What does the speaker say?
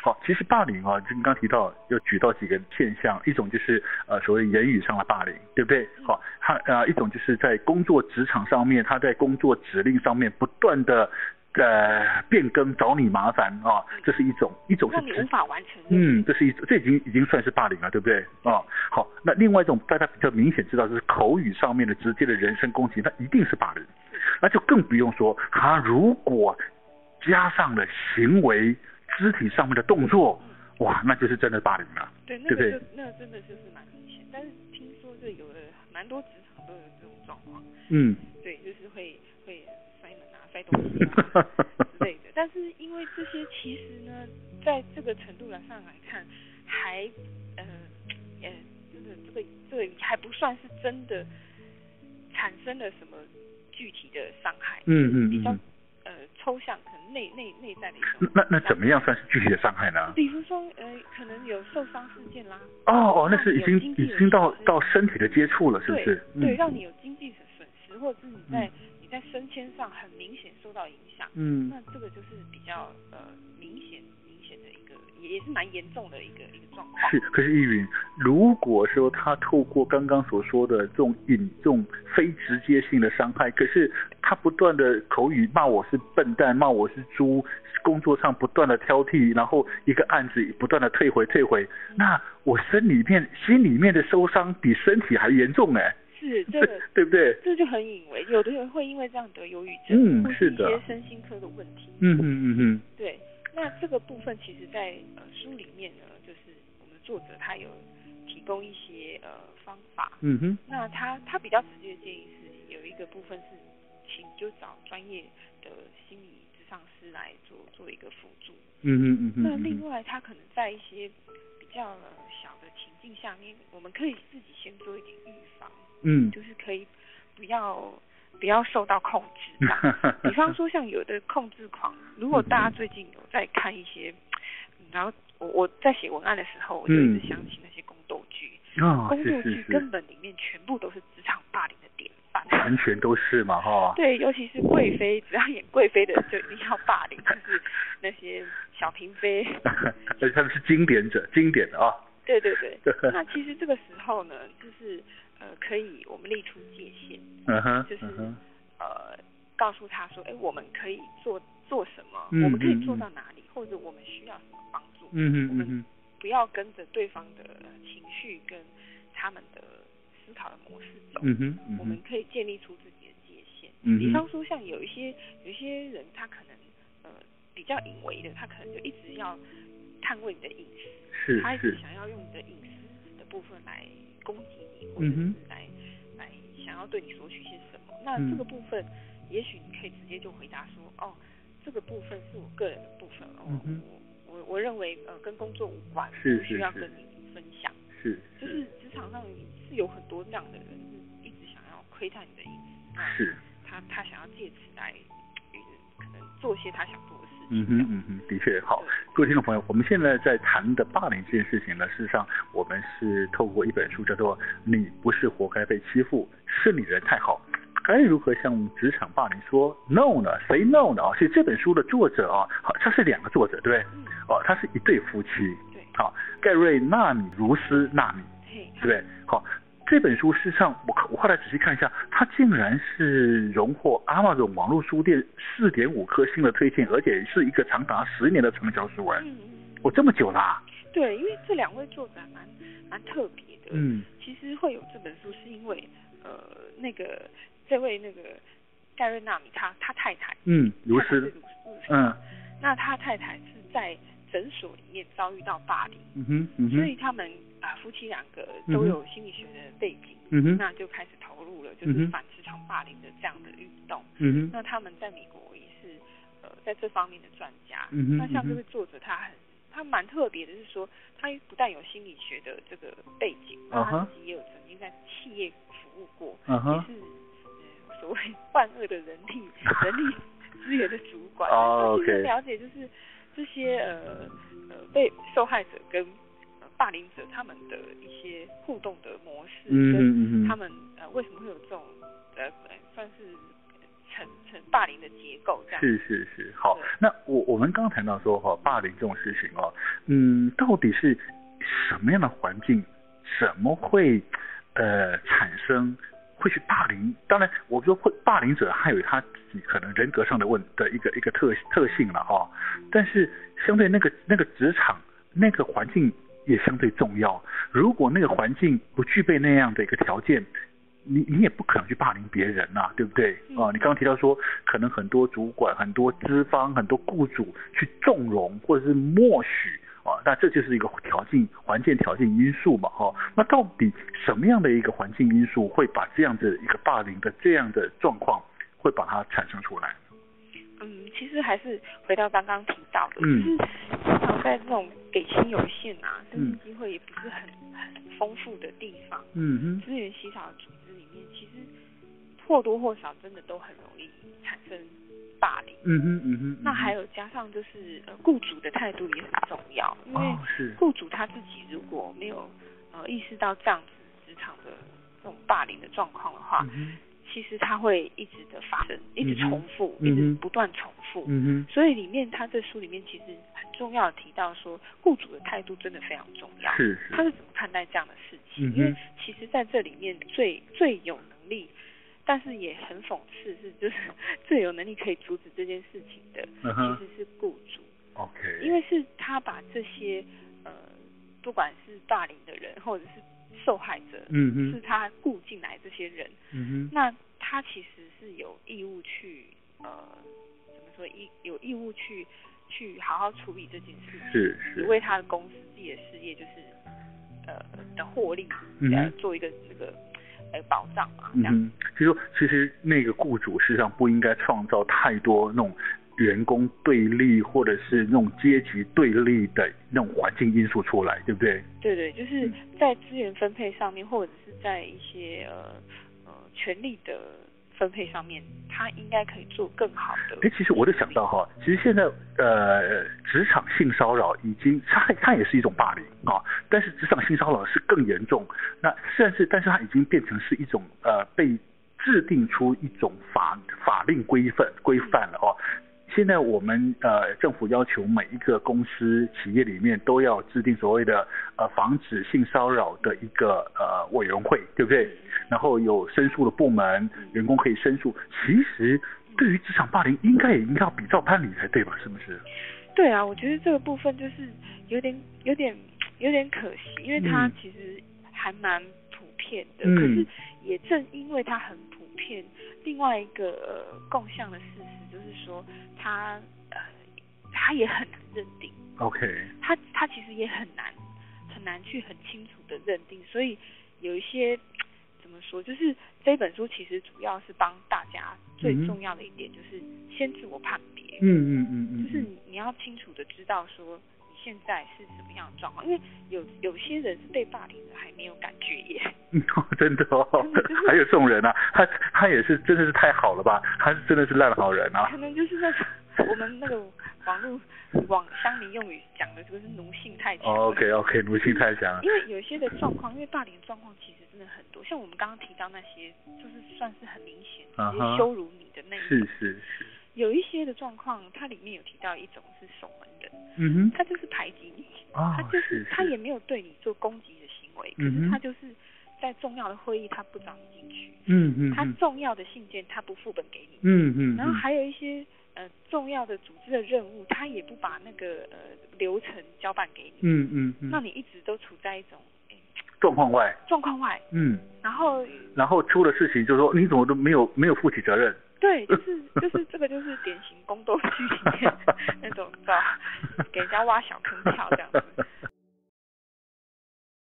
好，其实霸凌啊，就你刚提到有举到几个现象，一种就是呃所谓言语上的霸凌，对不对？好，他呃一种就是在工作职场上面，他在工作指令上面不断的呃变更，找你麻烦啊，这是一种，一种如是果你直无法完成，嗯，这是一这已经已经算是霸凌了，对不对？啊、好，那另外一种大家比较明显知道就是口语上面的直接的人身攻击，那一定是霸凌，那就更不用说他如果加上了行为、肢体上面的动作，哇，那就是真的霸凌了。对，那对不个对就那个真的就是蛮明显，但是听说这有的蛮多职场都有这种状况，嗯，对，就是会会摔门啊、摔东 西啊之类的。但是因为这些其实呢，在这个程度上来看，还呃呃，真的这个这个还不算是真的产生了什么具体的伤害，嗯嗯比较嗯呃抽象，可能内内内在的一嗯种。，那那怎么样算是具体的伤害呢？比如说呃，可能有受伤事件啦，啊哦哦，那是已有经经济已的经到损失到身体的接触了，是不对是？对，嗯让你有经济的损失，或者是你在、你在升迁上很明显受到影响，嗯那这个就是比较呃明显明显的一个，也也是蛮严重的一个一个状况。是，可是易云，如果说他透过刚刚所说的这种引这种非直接性的伤害，可是他不断的口语骂我是笨蛋，骂我是猪，工作上不断的挑剔，然后一个案子不断的退回退嗯回，那我身里面心里面的受伤比身体还严重哎、是对这 个，对不对？这就很隐微，有的人会因为这样得忧郁症，嗯或是一的些身心科的问题。嗯嗯嗯嗯，对，那这个部分其实在呃书里面呢，就是我们作者他有提供一些呃方法，嗯哼，那他他比较直接的建议是有一个部分是，请就找专业的心理咨商师来做做一个辅助。嗯哼嗯哼，那嗯另哼外，他可能在一些比较呃小的情境下面，我们可以自己先做一点预防，嗯， 就是可以不要不要受到控 制吧。比方说，像有的控制狂，如嗯果大家最近有在看一些，嗯然后我我在写文案的时候，我就一直嗯想起那些宫斗剧，啊、宫是斗是剧是根，本里面全部都是职场霸凌的典范。完全都是嘛哈， 对，尤其是贵妃，只要演贵妃的就一定要霸凌，就是那些小嫔妃。 而且他们是经典者，经典的啊。对对 对。对那其实这个时候呢，就是呃，可以我们列出界限，嗯哼，就是嗯哼呃，告诉他说，哎，我们可以做做什么，嗯我们可以做嗯嗯到哪里，或者我们需要什么帮助，嗯哼嗯哼，不要跟着对方的呃情绪跟他们的思考的模式走。嗯哼嗯我哼们，可以建立出自己的界限。嗯比哼方说，像有一些有一些人，他可能呃比较隐微的，他可能就一直要探问你的隐私，是他一直是，想要用你的隐私的部分来攻击你，或者嗯哼是来、来想要对你索取些什么。那嗯这个部分，也许你可以直接就回答说，哦，这个部分是我个人的部分，哦嗯哼我我我认为呃跟工作无关，是不需是要是跟你分享。是就是职场上是有很多这样的人，是一直想要窥探你的隐私，那是，他他想要借此来，嗯可能做些他想做的事情。嗯哼嗯哼，的确好对。各位听众朋友，我们现在在谈的霸凌这件事情呢，事实上我们是透过一本书叫做《你不是活该被欺负，是你人太好》。该如何向职场霸凌说 no 呢？say no 呢？啊，其实这本书的作者啊，好，他是两个作者，对不对？嗯，哦，他是一对夫妻，对，好，盖瑞·纳米如斯·纳米，嗯嘿，对不对？好，这本书事实上我看我后来仔细看一下，它竟然是荣获 Amazon 网络书店四点五颗星的推荐，而且是一个长达十年的畅销书哎，嗯嗯，我这么久啊啦、对，因为这两位作者还蛮蛮特别的。，嗯其实会有这本书是因为，呃，那个这位那个盖瑞纳米他他太太，嗯，如他是是，如斯，嗯那他太太是在诊所里面遭遇到霸凌。嗯哼嗯所哼以他们啊、夫妻两个嗯都哼有心理学的背景，嗯哼那就开始投入了就嗯是哼反职场霸凌的这样的运动。嗯哼那他们在美国也是呃在这方面的专家。嗯哼那像嗯这哼位作者他很他蛮特别的，是说他不但有心理学的这个背景，那啊哈他自己也有曾经在企业服务过，嗯哼也是呃所谓 万恶的人力人力资源的主管。哦那其实 OK 了解就是这些呃呃被受害者跟呃霸凌者他们的一些互动的模式，嗯跟哼嗯他哼们呃为什么会有这种呃呃算是成成霸凌的结构这样。是是是，好，那我我们刚刚谈到说哈，霸凌这种事情哦，嗯，到底是什么样的环境，怎么会呃产生会去霸凌？当然，我说会霸凌者还有他自己可能人格上的问的一个一个特特性了哈、哦，但是相对那个那个职场那个环境也相对重要。如果那个环境不具备那样的一个条件，你你也不可能去霸凌别人呐、对不对？啊、你刚刚提到说，可能很多主管、很多资方、很多雇主去纵容或者是默许啊，那这就是一个条件、环境条件因素嘛，哈、那到底什么样的一个环境因素会把这样的一个霸凌的这样的状况会把它产生出来？嗯，其实还是回到刚刚提到的，嗯就是通常在这种给薪有限啊，生嗯意机会也不是很很丰富的地方，嗯资源稀少的组织里面，其实或多或少真的都很容易产生霸凌。嗯哼嗯哼，那还有加上就是呃，雇主的态度也很重要，因为哦是雇主他自己如果没有呃意识到这样子职场的这种霸凌的状况的话，嗯其实它会一直的发生，一直嗯哼重复，嗯一直哼不断重复。嗯所以里面他这书里面其实很重要的提到说，雇主的态度真的非常重要哼，。是他是，是怎么看待这样的事情？嗯哼因为其实在这里面最最有能力，但是也很讽刺是，就是 最有能力可以阻止这件事情的，嗯哼其实是雇主， ，OK，因为是他把这些呃，不管是霸凌的人或者是受害者，嗯是哼他雇进来这些人，嗯哼那他其实是有义务去呃，怎么说义有义务去去好好处理这件事情，是也是，为他的公司自己的事业就是呃的获利，嗯呃哼，做一个那个呃保障嘛，这嗯样。哼，就说其实那个雇主事实上不应该创造太多那种员工对立或者是那种阶级对立的那种环境因素出来，对不对？对对，就是嗯在资源分配上面，或者是在一些呃呃权力的分配上面，他应该可以做更好的。哎，其实我就想到哈，其实现在呃，职场性骚扰已经它它也是一种霸凌啊，但是职场性骚扰是更严重。那虽然是，但是它已经变成是一种呃被制定出一种法法令规范规范了哦。现在我们呃政府要求每一个公司企业里面都要制定所谓的呃防止性骚扰的一个呃委员会，对不对？然后有申诉的部门，员工可以申诉。其实对于职场霸凌，应该也应该要比照办理才对吧？是不是？对啊，我觉得这个部分就是有点、有点、有点可惜，因为它嗯其实还蛮普遍的。嗯可是也正因为它很普遍，另外一个、呃、共享的事实就是说，它呃，它也很难认定， OK，它它其实也很难很难去很清楚的认定，所以有一些。怎么说？就是这本书其实主要是帮大家最嗯哼重要的一点，就是先自我判别。嗯嗯嗯嗯，就是你你要清楚的知道说你现在是什么样的状况，因为有有些人是被霸凌的还没有感觉耶，嗯， 真的哦真的就是，还有这种人啊，他他也是真的是太好了吧，他是真的是烂好人啊 可，能就是那种我们那个网络网乡民用语讲的就是奴性太强。哦 OK OK，奴性太强了，因为有一些的状况，因为霸凌的状况其实真的很多，像我们刚刚提到那些，就是算是很明显，啊直哈接羞辱你的那一是种。是是，有一些的状况，它里面有提到一种是守门人，嗯他就是排挤你，哼，啊他就是他是，也没有对你做攻击的行为，可嗯哼是他就是在重要的会议他不找你进去，嗯嗯他嗯重要的信件他不副本给你，嗯嗯，然后还有一些呃重要的组织的任务，他也不把那个呃流程交办给你，嗯嗯那嗯你一直都处在一种诶状况外，状况外，嗯，然后然后出了事情就说你怎么都没有没有负起责任，对，就是就是这个就是 典型宫斗剧里面那种知道给人家挖小坑跳这样子。